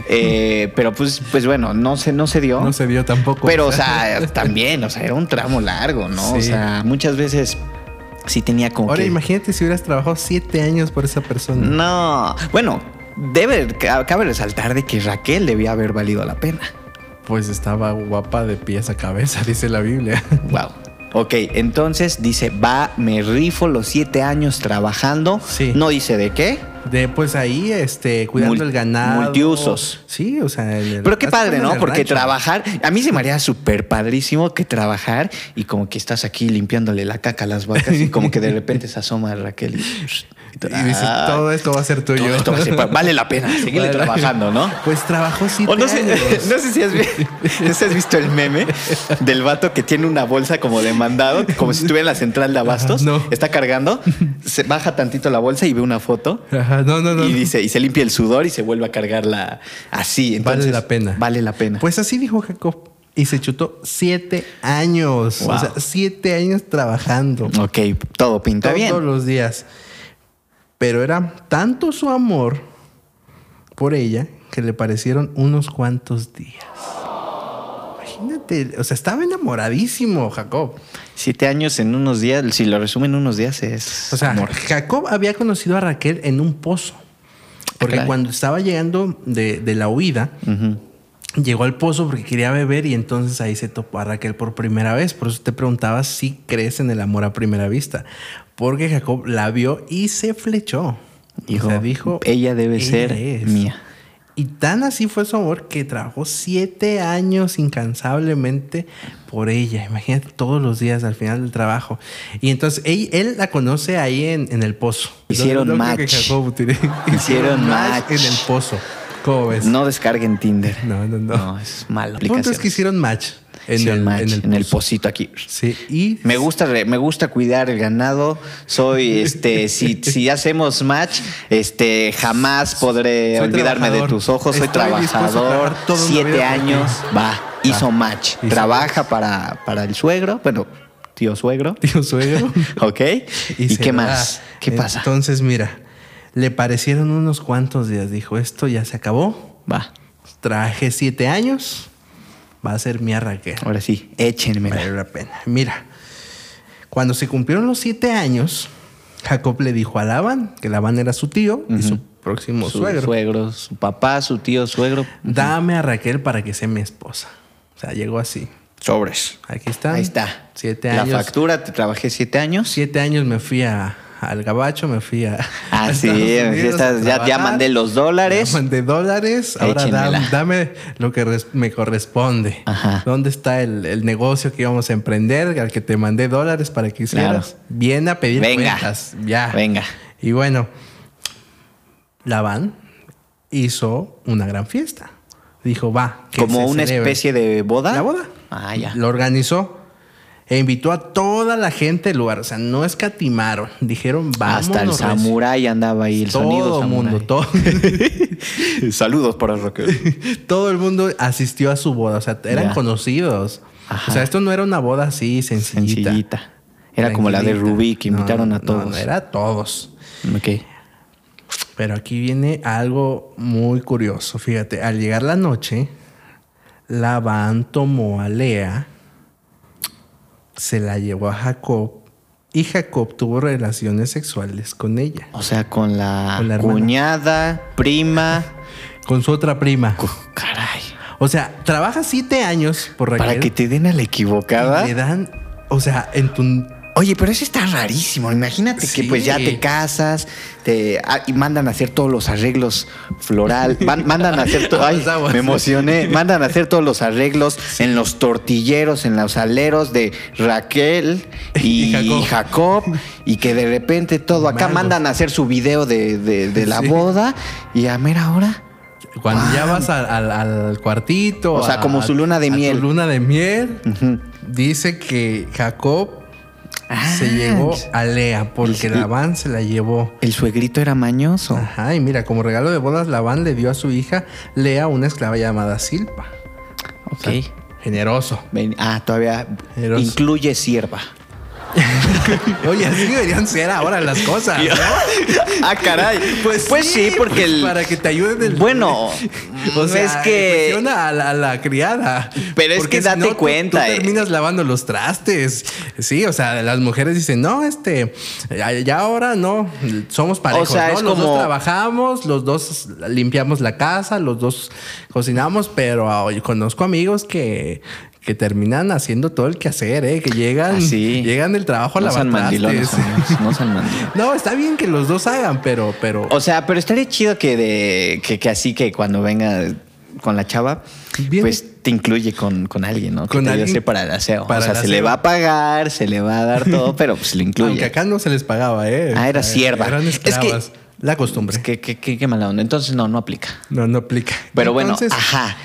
[SPEAKER 2] Eh, pero pues, pues bueno, no se, no se dio.
[SPEAKER 1] No se dio tampoco.
[SPEAKER 2] Pero, o sea, también, o sea, era un tramo largo, ¿no? O
[SPEAKER 1] Sí.
[SPEAKER 2] sea, muchas veces sí tenía como
[SPEAKER 1] Ahora
[SPEAKER 2] que...
[SPEAKER 1] imagínate si hubieras trabajado siete años por esa persona.
[SPEAKER 2] No, bueno, debe, ca- cabe resaltar de que Raquel debía haber valido la pena.
[SPEAKER 1] Pues estaba guapa de pies a cabeza, dice la Biblia.
[SPEAKER 2] Wow. Ok, entonces dice, va, me rifo los siete años trabajando.
[SPEAKER 1] Sí.
[SPEAKER 2] No dice de qué.
[SPEAKER 1] De pues ahí, este, cuidando
[SPEAKER 2] Mul-
[SPEAKER 1] el ganado.
[SPEAKER 2] multiusos.
[SPEAKER 1] Sí, o sea. en el-
[SPEAKER 2] Pero qué
[SPEAKER 1] hasta
[SPEAKER 2] padre,
[SPEAKER 1] en
[SPEAKER 2] ¿no?
[SPEAKER 1] el
[SPEAKER 2] Porque
[SPEAKER 1] rancho.
[SPEAKER 2] trabajar, a mí se me haría súper padrísimo que trabajar y como que estás aquí limpiándole la caca a las vacas y como que de repente se asoma Raquel y, "Ah,
[SPEAKER 1] Y dices, todo esto va a ser tuyo.
[SPEAKER 2] Todo esto va a ser pa- vale la pena, seguirle
[SPEAKER 1] Vale.
[SPEAKER 2] trabajando, ¿no?
[SPEAKER 1] Pues trabajó siete
[SPEAKER 2] O no sé,
[SPEAKER 1] años.
[SPEAKER 2] no sé si has, vi- no sé si has visto el meme del vato que tiene una bolsa como de mandado, como si estuviera en la central de abastos.
[SPEAKER 1] Ajá, no.
[SPEAKER 2] Está cargando, se baja tantito la bolsa y ve una foto
[SPEAKER 1] Ajá, no, no, no.
[SPEAKER 2] y dice, y se limpia el sudor y se vuelve a cargarla así. Entonces,
[SPEAKER 1] vale la pena.
[SPEAKER 2] Vale la pena.
[SPEAKER 1] Pues así dijo Jacob. Y se chutó siete años.
[SPEAKER 2] Wow.
[SPEAKER 1] O sea, siete años trabajando.
[SPEAKER 2] ok, todo pinta
[SPEAKER 1] todos
[SPEAKER 2] bien.
[SPEAKER 1] los días. Pero era tanto su amor por ella que le parecieron unos cuantos días. Imagínate, o sea, estaba enamoradísimo Jacob.
[SPEAKER 2] Siete años en unos días, si lo resumen en unos días es
[SPEAKER 1] O sea,
[SPEAKER 2] amor.
[SPEAKER 1] Jacob había conocido a Raquel en un pozo. Porque
[SPEAKER 2] Caray.
[SPEAKER 1] cuando estaba llegando de, de la huida,
[SPEAKER 2] Ujú.
[SPEAKER 1] llegó al pozo porque quería beber y entonces ahí se topó a Raquel por primera vez. Por eso te preguntaba si crees en el amor a primera vista. Porque Jacob la vio y se flechó.
[SPEAKER 2] Dijo,
[SPEAKER 1] O sea, dijo,
[SPEAKER 2] "Ella debe ser mía".
[SPEAKER 1] Y tan así fue su amor que trabajó siete años incansablemente por ella. Imagínate todos los días al final del trabajo. Y entonces él, él la conoce ahí en, en el pozo.
[SPEAKER 2] Hicieron
[SPEAKER 1] Lo- lo creo que
[SPEAKER 2] match.
[SPEAKER 1] Jacob utilice-
[SPEAKER 2] Hicieron match.
[SPEAKER 1] En el pozo. ¿Cómo ves?
[SPEAKER 2] No descarguen Tinder.
[SPEAKER 1] Pues, no, no. no.
[SPEAKER 2] No, es malo.
[SPEAKER 1] El punto es que hicieron match en, el,
[SPEAKER 2] match,
[SPEAKER 1] en el pozo.
[SPEAKER 2] pocito aquí.
[SPEAKER 1] Sí, y
[SPEAKER 2] Me gusta, re- me gusta cuidar el ganado. Soy, este, si, si hacemos match, este, jamás podré
[SPEAKER 1] Soy
[SPEAKER 2] olvidarme
[SPEAKER 1] trabajador.
[SPEAKER 2] de tus ojos. Soy
[SPEAKER 1] Estoy dispuesto a
[SPEAKER 2] trabajador.
[SPEAKER 1] trabajar toda una
[SPEAKER 2] Siete
[SPEAKER 1] vida por ti.
[SPEAKER 2] años, va, hizo match.
[SPEAKER 1] Hizo
[SPEAKER 2] Trabaja para, para el suegro, bueno, tío suegro,
[SPEAKER 1] tío suegro.
[SPEAKER 2] ¿ok? ¿Y,
[SPEAKER 1] se
[SPEAKER 2] qué
[SPEAKER 1] lo
[SPEAKER 2] más?
[SPEAKER 1] da.
[SPEAKER 2] ¿Qué pasa?
[SPEAKER 1] Entonces, mira, le parecieron unos cuantos días. Dijo, esto ya se acabó.
[SPEAKER 2] Va,
[SPEAKER 1] Traje siete años. Va a ser mi Raquel.
[SPEAKER 2] ahora sí, échenmela.
[SPEAKER 1] Vale la pena. Mira, cuando se cumplieron los siete años, Jacob le dijo a Labán, que Labán era su tío y su próximo
[SPEAKER 2] Su
[SPEAKER 1] suegro.
[SPEAKER 2] suegro, su papá, su tío suegro.
[SPEAKER 1] Dame a Raquel para que sea mi esposa. O sea, llegó así.
[SPEAKER 2] Sobres.
[SPEAKER 1] Aquí está.
[SPEAKER 2] Ahí está.
[SPEAKER 1] Siete
[SPEAKER 2] La
[SPEAKER 1] años.
[SPEAKER 2] factura, te trabajé siete años.
[SPEAKER 1] Siete años me fui a, al gabacho, me fui a.
[SPEAKER 2] Ah,
[SPEAKER 1] a
[SPEAKER 2] sí,
[SPEAKER 1] Estados
[SPEAKER 2] ya
[SPEAKER 1] Unidos
[SPEAKER 2] estás-
[SPEAKER 1] a
[SPEAKER 2] ya- ya
[SPEAKER 1] trabajar.
[SPEAKER 2] mandé los dólares.
[SPEAKER 1] Ya mandé dólares. Ahora dam-
[SPEAKER 2] Échenmela.
[SPEAKER 1] dame lo que res- me corresponde.
[SPEAKER 2] Ajá.
[SPEAKER 1] ¿Dónde está el, el negocio que íbamos a emprender? Al que te mandé dólares para que hicieras. Bien a pedir
[SPEAKER 2] Venga.
[SPEAKER 1] cuentas. Ya.
[SPEAKER 2] Venga.
[SPEAKER 1] Y bueno, Labán hizo una gran fiesta. Dijo, va. que
[SPEAKER 2] Como
[SPEAKER 1] se
[SPEAKER 2] una
[SPEAKER 1] celebre.
[SPEAKER 2] especie de boda.
[SPEAKER 1] La boda.
[SPEAKER 2] Ah, ya.
[SPEAKER 1] Lo organizó e invitó a toda la gente del lugar. O sea, no escatimaron. Dijeron, vamos.
[SPEAKER 2] Hasta el samurái andaba ahí, el sonido
[SPEAKER 1] Todo el mundo, todo,
[SPEAKER 2] todo. Saludos para Raquel.
[SPEAKER 1] todo el mundo asistió a su boda. O sea, eran
[SPEAKER 2] Ya.
[SPEAKER 1] conocidos.
[SPEAKER 2] Ajá.
[SPEAKER 1] O sea, esto no era una boda así sencillita.
[SPEAKER 2] Sencillita. Era como la de
[SPEAKER 1] Tranquilita.
[SPEAKER 2] Rubí que
[SPEAKER 1] No,
[SPEAKER 2] invitaron a
[SPEAKER 1] no, no,
[SPEAKER 2] todos.
[SPEAKER 1] era a todos.
[SPEAKER 2] Ok.
[SPEAKER 1] Pero aquí viene algo muy curioso. Fíjate, al llegar la noche, Labán tomó a Lea, se la llevó a Jacob hija coobtuvo relaciones sexuales con ella,
[SPEAKER 2] O sea, con la,
[SPEAKER 1] Con la hermana.
[SPEAKER 2] cuñada, prima.
[SPEAKER 1] con su otra prima.
[SPEAKER 2] Cu- Caray.
[SPEAKER 1] O sea, trabaja siete años por Raquel.
[SPEAKER 2] Para que te den a la equivocada.
[SPEAKER 1] y le dan, o sea, en tu
[SPEAKER 2] Oye, pero eso está rarísimo. Imagínate
[SPEAKER 1] Sí.
[SPEAKER 2] que pues ya te casas, te ah, y mandan a hacer todos los arreglos floral, van- mandan a hacer todo, ay,
[SPEAKER 1] Aguas, aguas.
[SPEAKER 2] me emocioné, mandan a hacer todos los arreglos en los tortilleros, en los aleros de Raquel y,
[SPEAKER 1] Y
[SPEAKER 2] Jacob. y que de repente todo acá
[SPEAKER 1] Malo.
[SPEAKER 2] mandan a hacer su video de, de- de la
[SPEAKER 1] Sí.
[SPEAKER 2] boda y a mera hora.
[SPEAKER 1] cuando ya vas al, al- al cuartito,
[SPEAKER 2] O sea,
[SPEAKER 1] a-
[SPEAKER 2] como su luna de
[SPEAKER 1] a tu
[SPEAKER 2] miel.
[SPEAKER 1] luna de miel. Dice que Jacob
[SPEAKER 2] Ah,
[SPEAKER 1] se llevó a Lea porque la van se la llevó.
[SPEAKER 2] El suegrito era mañoso.
[SPEAKER 1] Ajá, y mira, como regalo de bodas, Labán le dio a su hija Lea una esclava llamada Silpa.
[SPEAKER 2] Ok.
[SPEAKER 1] Generoso.
[SPEAKER 2] Ven- ah, todavía
[SPEAKER 1] Eros.
[SPEAKER 2] incluye sierva.
[SPEAKER 1] Oye, así deberían ser ahora las cosas. ¿no?
[SPEAKER 2] Ah, caray. Pues, sí, porque
[SPEAKER 1] pues
[SPEAKER 2] el.
[SPEAKER 1] Para que te ayuden el...
[SPEAKER 2] Bueno, pues
[SPEAKER 1] O sea, pues,
[SPEAKER 2] es que.
[SPEAKER 1] cuestiona a la, a la criada.
[SPEAKER 2] Pero es
[SPEAKER 1] Porque
[SPEAKER 2] que date
[SPEAKER 1] no, tú-
[SPEAKER 2] cuenta,
[SPEAKER 1] Tú,
[SPEAKER 2] eh.
[SPEAKER 1] terminas lavando los trastes. Sí, o sea, las mujeres dicen, no, este, ya, ya ahora no, somos parejos.
[SPEAKER 2] O sea,
[SPEAKER 1] ¿no?
[SPEAKER 2] es
[SPEAKER 1] los
[SPEAKER 2] como-
[SPEAKER 1] dos trabajamos, los dos limpiamos la casa, los dos cocinamos, pero ah, yo conozco amigos que que terminan haciendo todo el quehacer, ¿eh? que llegan,
[SPEAKER 2] Ah, sí.
[SPEAKER 1] llegan del trabajo a
[SPEAKER 2] No
[SPEAKER 1] lavar
[SPEAKER 2] sean mandilones,
[SPEAKER 1] trastes.
[SPEAKER 2] amigos, No sean mandilones.
[SPEAKER 1] No, está bien que los dos hagan, pero, pero
[SPEAKER 2] O sea, pero estaría chido que de. Que, que así que cuando venga con la chava,
[SPEAKER 1] Bien.
[SPEAKER 2] pues te incluye con, con alguien, ¿no? Que
[SPEAKER 1] Con
[SPEAKER 2] te ayude
[SPEAKER 1] alguien
[SPEAKER 2] a hacer para el aseo.
[SPEAKER 1] para
[SPEAKER 2] o sea,
[SPEAKER 1] el
[SPEAKER 2] se le
[SPEAKER 1] aseo.
[SPEAKER 2] va a pagar, se le va a dar todo, pero pues le
[SPEAKER 1] Aunque
[SPEAKER 2] incluye.
[SPEAKER 1] acá no se les pagaba, ¿eh?
[SPEAKER 2] Ah, era
[SPEAKER 1] O sea,
[SPEAKER 2] sierva.
[SPEAKER 1] Eran
[SPEAKER 2] Es que-
[SPEAKER 1] esclavas. La costumbre.
[SPEAKER 2] Pues, qué, qué- qué- qué mala onda. Entonces, no, no aplica.
[SPEAKER 1] no, no aplica.
[SPEAKER 2] Pero
[SPEAKER 1] Entonces,
[SPEAKER 2] bueno, ajá.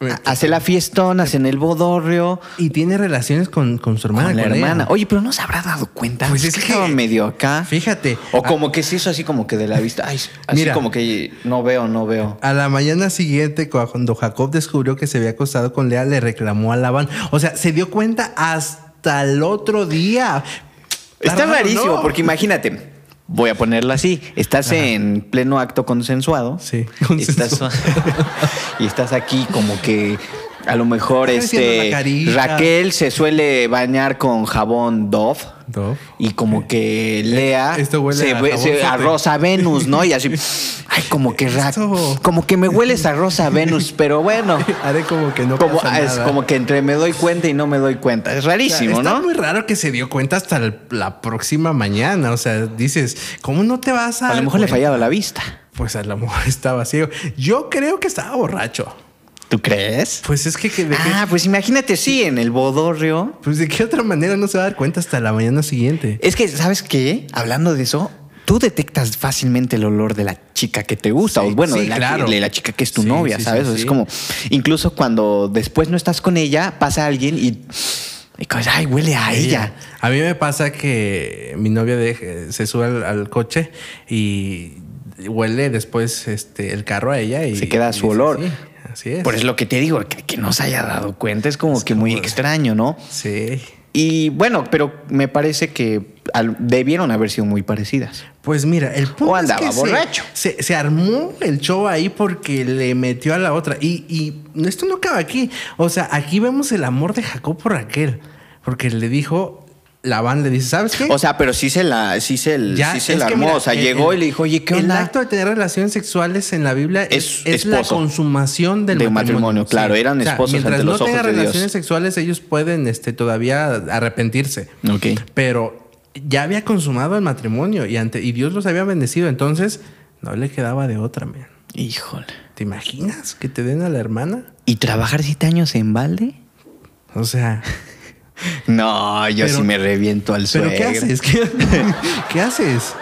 [SPEAKER 1] eh,
[SPEAKER 2] Hace la fiestón, hacen el bodorrio.
[SPEAKER 1] Y tiene relaciones con, con su hermana.
[SPEAKER 2] Con la
[SPEAKER 1] con ella.
[SPEAKER 2] hermana. Oye, pero no se habrá dado cuenta.
[SPEAKER 1] Ah, Pues es que-
[SPEAKER 2] estaba medio acá.
[SPEAKER 1] Fíjate.
[SPEAKER 2] O
[SPEAKER 1] a-
[SPEAKER 2] como que se hizo así como que de la vista. Ay, así
[SPEAKER 1] Mira.
[SPEAKER 2] como que no veo, no veo.
[SPEAKER 1] A la mañana siguiente, cuando Jacob descubrió que se había acostado con Lea, le reclamó a Labán. O sea, se dio cuenta hasta el otro día.
[SPEAKER 2] Está
[SPEAKER 1] raro,
[SPEAKER 2] rarísimo,
[SPEAKER 1] ¿no?
[SPEAKER 2] porque imagínate. Voy a ponerla así. Estás en pleno acto consensuado.
[SPEAKER 1] Sí,
[SPEAKER 2] Estás- y estás aquí como que a lo mejor
[SPEAKER 1] Estás haciendo
[SPEAKER 2] este
[SPEAKER 1] la carita.
[SPEAKER 2] Raquel se suele bañar con jabón Dove.
[SPEAKER 1] Dove.
[SPEAKER 2] Y como que Lea
[SPEAKER 1] Esto huele
[SPEAKER 2] se,
[SPEAKER 1] a
[SPEAKER 2] ve-
[SPEAKER 1] jabón
[SPEAKER 2] se- a
[SPEAKER 1] sote.
[SPEAKER 2] Rosa Venus, ¿no? Y así, ay, como que Ra-
[SPEAKER 1] Esto-
[SPEAKER 2] como que me hueles a Rosa Venus, pero bueno,
[SPEAKER 1] Haré como que no
[SPEAKER 2] como,
[SPEAKER 1] pasa
[SPEAKER 2] es
[SPEAKER 1] nada.
[SPEAKER 2] como que entre me doy cuenta y no me doy cuenta. Es
[SPEAKER 1] O sea,
[SPEAKER 2] rarísimo,
[SPEAKER 1] Está
[SPEAKER 2] ¿no?
[SPEAKER 1] muy raro que se dio cuenta hasta el- la próxima mañana. O sea, dices, ¿cómo no te vas a.?
[SPEAKER 2] A lo
[SPEAKER 1] dar
[SPEAKER 2] mejor le
[SPEAKER 1] cuenta?
[SPEAKER 2] fallaba la vista.
[SPEAKER 1] Pues a lo mejor estaba ciego. Yo creo que estaba borracho.
[SPEAKER 2] ¿Tú crees?
[SPEAKER 1] Pues es que, que- de, qué-
[SPEAKER 2] Ah, pues imagínate, sí, en el bodorrio.
[SPEAKER 1] pues de qué otra manera no se va a dar cuenta hasta la mañana siguiente.
[SPEAKER 2] Es que, ¿sabes qué? Hablando de eso, tú detectas fácilmente el olor de la chica que te gusta,
[SPEAKER 1] Sí,
[SPEAKER 2] o bueno,
[SPEAKER 1] sí,
[SPEAKER 2] de, la,
[SPEAKER 1] claro.
[SPEAKER 2] de la chica que es tu
[SPEAKER 1] Sí,
[SPEAKER 2] novia,
[SPEAKER 1] sí,
[SPEAKER 2] ¿sabes?
[SPEAKER 1] sí,
[SPEAKER 2] O sea,
[SPEAKER 1] sí.
[SPEAKER 2] Es como, incluso cuando después no estás con ella, pasa alguien y, y como, ay, huele a ella.
[SPEAKER 1] Eh, A mí me pasa que mi novia de- eh, se sube al, al coche y huele después este, el carro a ella y
[SPEAKER 2] Se queda su
[SPEAKER 1] dice,
[SPEAKER 2] olor.
[SPEAKER 1] "Sí, así es.
[SPEAKER 2] Por eso lo que te digo, que, que no se haya dado cuenta, es como que muy
[SPEAKER 1] como-
[SPEAKER 2] extraño, ¿no?
[SPEAKER 1] Sí.
[SPEAKER 2] Y bueno, pero me parece que al- debieron haber sido muy parecidas.
[SPEAKER 1] Pues mira, el punto
[SPEAKER 2] O
[SPEAKER 1] es
[SPEAKER 2] andaba
[SPEAKER 1] que se-
[SPEAKER 2] borracho.
[SPEAKER 1] Se, se armó el show ahí porque le metió a la otra. Y, y esto no acaba aquí. O sea, aquí vemos el amor de Jacob por Raquel. Porque le dijo, Labán le dice, ¿sabes qué?
[SPEAKER 2] O sea, pero sí se la, sí se, sí se
[SPEAKER 1] es
[SPEAKER 2] la
[SPEAKER 1] que
[SPEAKER 2] armó.
[SPEAKER 1] mira,
[SPEAKER 2] o sea,
[SPEAKER 1] el-
[SPEAKER 2] llegó
[SPEAKER 1] el-
[SPEAKER 2] y le dijo, oye, ¿qué
[SPEAKER 1] El
[SPEAKER 2] onda?
[SPEAKER 1] acto de tener relaciones sexuales en la Biblia es,
[SPEAKER 2] Es
[SPEAKER 1] es la
[SPEAKER 2] esposo.
[SPEAKER 1] consumación del
[SPEAKER 2] Del matrimonio, claro, eran esposos
[SPEAKER 1] mientras
[SPEAKER 2] ante los
[SPEAKER 1] no
[SPEAKER 2] ojos
[SPEAKER 1] tengan
[SPEAKER 2] de Dios.
[SPEAKER 1] relaciones sexuales, ellos pueden este, todavía arrepentirse.
[SPEAKER 2] Ok.
[SPEAKER 1] Pero ya había consumado el matrimonio y, ante, y Dios los había bendecido. Entonces, no le quedaba de otra, man.
[SPEAKER 2] Híjole.
[SPEAKER 1] ¿Te imaginas que te den a la hermana?
[SPEAKER 2] ¿Y trabajar siete años en balde?
[SPEAKER 1] O sea,
[SPEAKER 2] No, yo
[SPEAKER 1] Pero-
[SPEAKER 2] sí me reviento al
[SPEAKER 1] ¿pero
[SPEAKER 2] suelo.
[SPEAKER 1] qué haces? ¿Qué, qué haces?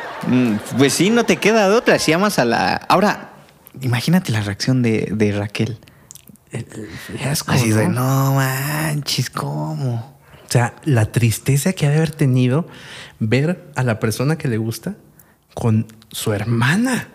[SPEAKER 2] Pues sí, no te queda de otra. Si amas a la. Ahora, imagínate la reacción de, de Raquel.
[SPEAKER 1] Fiasco,
[SPEAKER 2] Así de,
[SPEAKER 1] ¿no?
[SPEAKER 2] no manches, ¿cómo?
[SPEAKER 1] O sea, la tristeza que ha de haber tenido ver a la persona que le gusta con su hermana.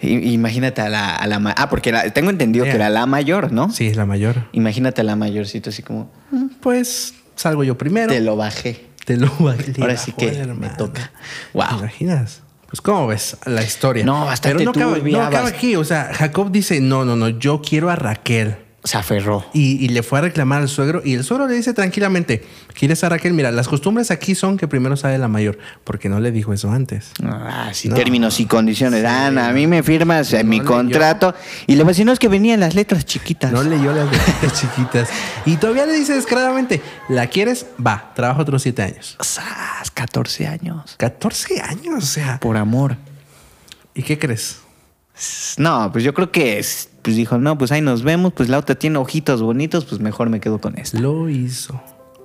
[SPEAKER 2] I- imagínate a la. A la ma- ah, porque la- tengo entendido que
[SPEAKER 1] Ea.
[SPEAKER 2] era la mayor, ¿no?
[SPEAKER 1] Sí, es la mayor.
[SPEAKER 2] Imagínate a la mayorcita así como,
[SPEAKER 1] Mm, Pues salgo yo primero.
[SPEAKER 2] te lo bajé.
[SPEAKER 1] Te lo bailé.
[SPEAKER 2] Ahora sí
[SPEAKER 1] bajó
[SPEAKER 2] que
[SPEAKER 1] la
[SPEAKER 2] me
[SPEAKER 1] hermana.
[SPEAKER 2] toca.
[SPEAKER 1] ¿Te
[SPEAKER 2] Wow.
[SPEAKER 1] imaginas? Pues, ¿cómo ves la historia?
[SPEAKER 2] No, bastante
[SPEAKER 1] Pero no acaba,
[SPEAKER 2] turbia,
[SPEAKER 1] no acaba
[SPEAKER 2] bast-
[SPEAKER 1] aquí. O sea, Jacob dice: No, no, no, yo quiero a Raquel.
[SPEAKER 2] se aferró.
[SPEAKER 1] Y, y le fue a reclamar al suegro y el suegro le dice tranquilamente, ¿quieres a Raquel? Mira, las costumbres aquí son que primero sale la mayor, porque no le dijo eso antes.
[SPEAKER 2] Ah, sí,
[SPEAKER 1] No.
[SPEAKER 2] términos y condiciones.
[SPEAKER 1] Sí.
[SPEAKER 2] Ana, a mí me firmas eh,
[SPEAKER 1] No
[SPEAKER 2] mi
[SPEAKER 1] leyó.
[SPEAKER 2] contrato. Y le voy a decir, no es que venían las letras chiquitas.
[SPEAKER 1] No leyó las letras chiquitas. Y todavía le dice descaradamente, ¿la quieres? Va, trabaja otros siete años.
[SPEAKER 2] Sas, 14 años.
[SPEAKER 1] 14 años, o sea.
[SPEAKER 2] Por amor.
[SPEAKER 1] ¿Y qué crees?
[SPEAKER 2] No, pues yo creo que es- pues dijo, no, pues ahí nos vemos, pues la otra tiene ojitos bonitos, pues mejor me quedo con esta.
[SPEAKER 1] Lo hizo.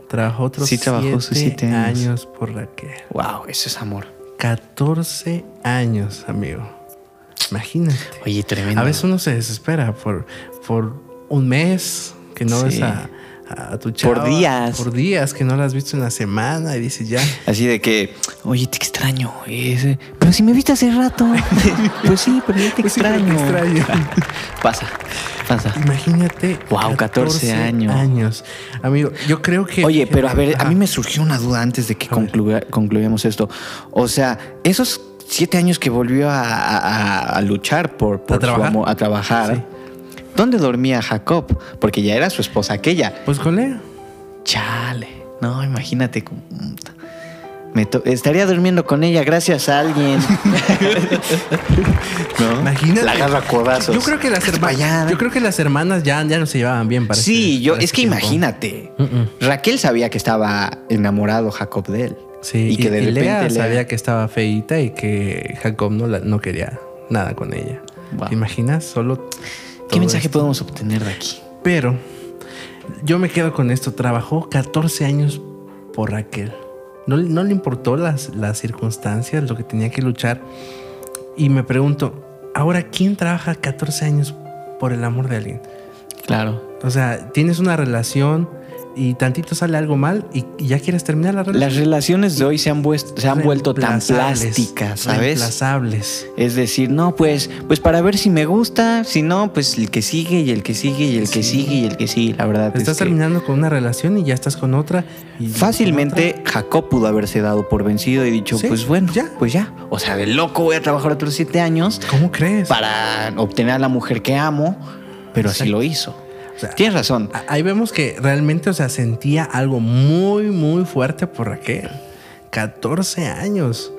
[SPEAKER 1] Trabajó otros
[SPEAKER 2] Sí, trabajó sus
[SPEAKER 1] siete,
[SPEAKER 2] siete años.
[SPEAKER 1] años. por Raquel.
[SPEAKER 2] Wow, eso es amor.
[SPEAKER 1] 14 años, amigo. Imagínate.
[SPEAKER 2] Oye, tremendo.
[SPEAKER 1] A veces uno se desespera por, por un mes que no
[SPEAKER 2] Sí.
[SPEAKER 1] ves a, a tu chava.
[SPEAKER 2] Por días.
[SPEAKER 1] Por días que no la has visto en la semana y dices ya.
[SPEAKER 2] Así de que, oye, te extraño. ese- Pero si me viste hace rato. pues sí, pero yo te
[SPEAKER 1] Pues sí, pero te
[SPEAKER 2] extraño.
[SPEAKER 1] extraño.
[SPEAKER 2] pasa, pasa.
[SPEAKER 1] Imagínate.
[SPEAKER 2] Guau, 14 años.
[SPEAKER 1] años. Amigo, yo creo que.
[SPEAKER 2] Oye, pero a ver, a
[SPEAKER 1] Ajá.
[SPEAKER 2] mí me surgió una duda antes de que
[SPEAKER 1] A ver.
[SPEAKER 2] concluya- concluyamos esto. O sea, esos siete años que volvió a, a- a luchar por, por su
[SPEAKER 1] trabajar?
[SPEAKER 2] amor- a trabajar, ¿dónde dormía Jacob? Porque ya era su esposa aquella.
[SPEAKER 1] Pues con Lea.
[SPEAKER 2] Chale, no, imagínate. cómo- Me to- estaría durmiendo con ella gracias a alguien. ¿No?
[SPEAKER 1] Imagínate.
[SPEAKER 2] La agarra a codazos.
[SPEAKER 1] Yo creo que las
[SPEAKER 2] Vete pa' allá.
[SPEAKER 1] hermanas. Yo creo que las hermanas ya, ya no se llevaban bien para
[SPEAKER 2] Sí,
[SPEAKER 1] este-
[SPEAKER 2] yo,
[SPEAKER 1] para
[SPEAKER 2] es
[SPEAKER 1] este
[SPEAKER 2] que
[SPEAKER 1] tiempo.
[SPEAKER 2] imagínate.
[SPEAKER 1] Mm-mm.
[SPEAKER 2] Raquel sabía que estaba enamorado Jacob de él.
[SPEAKER 1] Sí, y,
[SPEAKER 2] y que de
[SPEAKER 1] y
[SPEAKER 2] repente
[SPEAKER 1] Lea
[SPEAKER 2] Lea-
[SPEAKER 1] sabía que estaba feita y que Jacob no, la- no quería nada con ella.
[SPEAKER 2] Wow.
[SPEAKER 1] ¿Te imaginas? Solo.
[SPEAKER 2] ¿Qué
[SPEAKER 1] todo
[SPEAKER 2] mensaje
[SPEAKER 1] esto.
[SPEAKER 2] podemos obtener de aquí?
[SPEAKER 1] Pero yo me quedo con esto. Trabajó 14 años por Raquel. No, le- no le importó las, las circunstancias, lo que tenía que luchar. Y me pregunto, ahora, ¿quién trabaja 14 años por el amor de alguien?
[SPEAKER 2] Claro.
[SPEAKER 1] O sea, tienes una relación y tantito sale algo mal y, y ya quieres terminar la relación.
[SPEAKER 2] Las relaciones de hoy se han, vuest- se han vuelto tan
[SPEAKER 1] Reemplazables,
[SPEAKER 2] plásticas, ¿sabes?
[SPEAKER 1] reemplazables.
[SPEAKER 2] Es decir, no, pues, pues para ver si me gusta, si no, pues el que sigue y el que sigue y el que sigue y el que sigue, la verdad. es
[SPEAKER 1] Estás
[SPEAKER 2] que
[SPEAKER 1] terminando con una relación y ya estás con otra. y ya con
[SPEAKER 2] Fácilmente Jacob pudo haberse dado por vencido y dicho,
[SPEAKER 1] Sí,
[SPEAKER 2] pues bueno,
[SPEAKER 1] ya.
[SPEAKER 2] pues ya. O sea, de loco voy a trabajar otros siete años
[SPEAKER 1] otra. ¿Cómo crees?
[SPEAKER 2] para obtener a la mujer que amo, pero así
[SPEAKER 1] Exacto.
[SPEAKER 2] lo hizo.
[SPEAKER 1] O sea,
[SPEAKER 2] Tienes razón.
[SPEAKER 1] a- Ahí vemos que realmente, o sea, sentía algo muy, muy fuerte por Raquel. 14 años.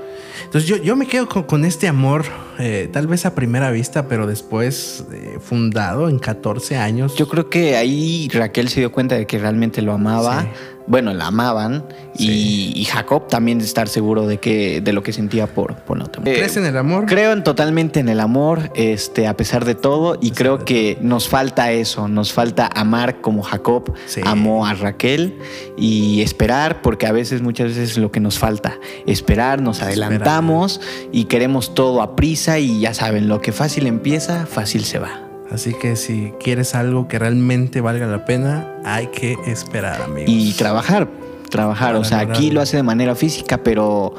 [SPEAKER 1] Entonces yo, yo me quedo con, con este amor, eh, tal vez a primera vista, pero después eh, fundado en 14 años.
[SPEAKER 2] Yo creo que ahí Raquel se dio cuenta de que realmente lo amaba.
[SPEAKER 1] Sí.
[SPEAKER 2] Bueno, la amaban.
[SPEAKER 1] Sí.
[SPEAKER 2] Y, y Jacob también de estar seguro de que de lo que sentía por, por la otra mujer.
[SPEAKER 1] ¿Crees en el amor?
[SPEAKER 2] Creo en totalmente en el amor, este, a pesar de todo, y creo que nos falta eso, nos falta amar como Jacob
[SPEAKER 1] Sí.
[SPEAKER 2] amó a Raquel y esperar, porque a veces, muchas veces es lo que nos falta, esperar, nos adelantamos y queremos todo a prisa y ya saben, lo que fácil empieza, fácil se va.
[SPEAKER 1] Así que si quieres algo que realmente valga la pena, hay que esperar, amigos.
[SPEAKER 2] y trabajar, trabajar. O
[SPEAKER 1] Para
[SPEAKER 2] sea, aquí
[SPEAKER 1] lograrlo.
[SPEAKER 2] lo hace de manera física, pero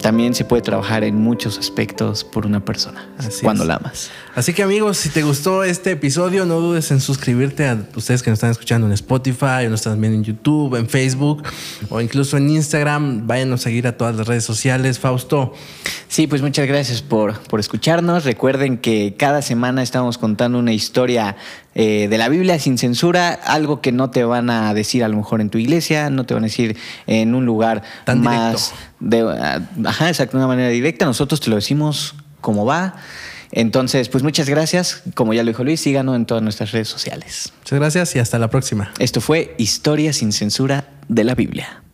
[SPEAKER 2] también se puede trabajar en muchos aspectos por una persona
[SPEAKER 1] Así
[SPEAKER 2] cuando
[SPEAKER 1] es.
[SPEAKER 2] la amas.
[SPEAKER 1] Así que amigos, si te gustó este episodio, no dudes en suscribirte a ustedes que nos están escuchando en Spotify, o nos están viendo en YouTube, en Facebook o incluso en Instagram. Vayan a seguir a todas las redes sociales. Fausto,
[SPEAKER 2] Sí, pues muchas gracias por, por escucharnos. Recuerden que cada semana estamos contando una historia eh, de la Biblia sin censura, algo que no te van a decir a lo mejor en tu iglesia, no te van a decir en un lugar
[SPEAKER 1] Tan
[SPEAKER 2] más de, ah, ajá, exacto, de una manera directa. Nosotros te lo decimos como va. Entonces, pues muchas gracias. Como ya lo dijo Luis, síganos en todas nuestras redes sociales.
[SPEAKER 1] muchas gracias y hasta la próxima.
[SPEAKER 2] Esto fue Historia sin censura de la Biblia.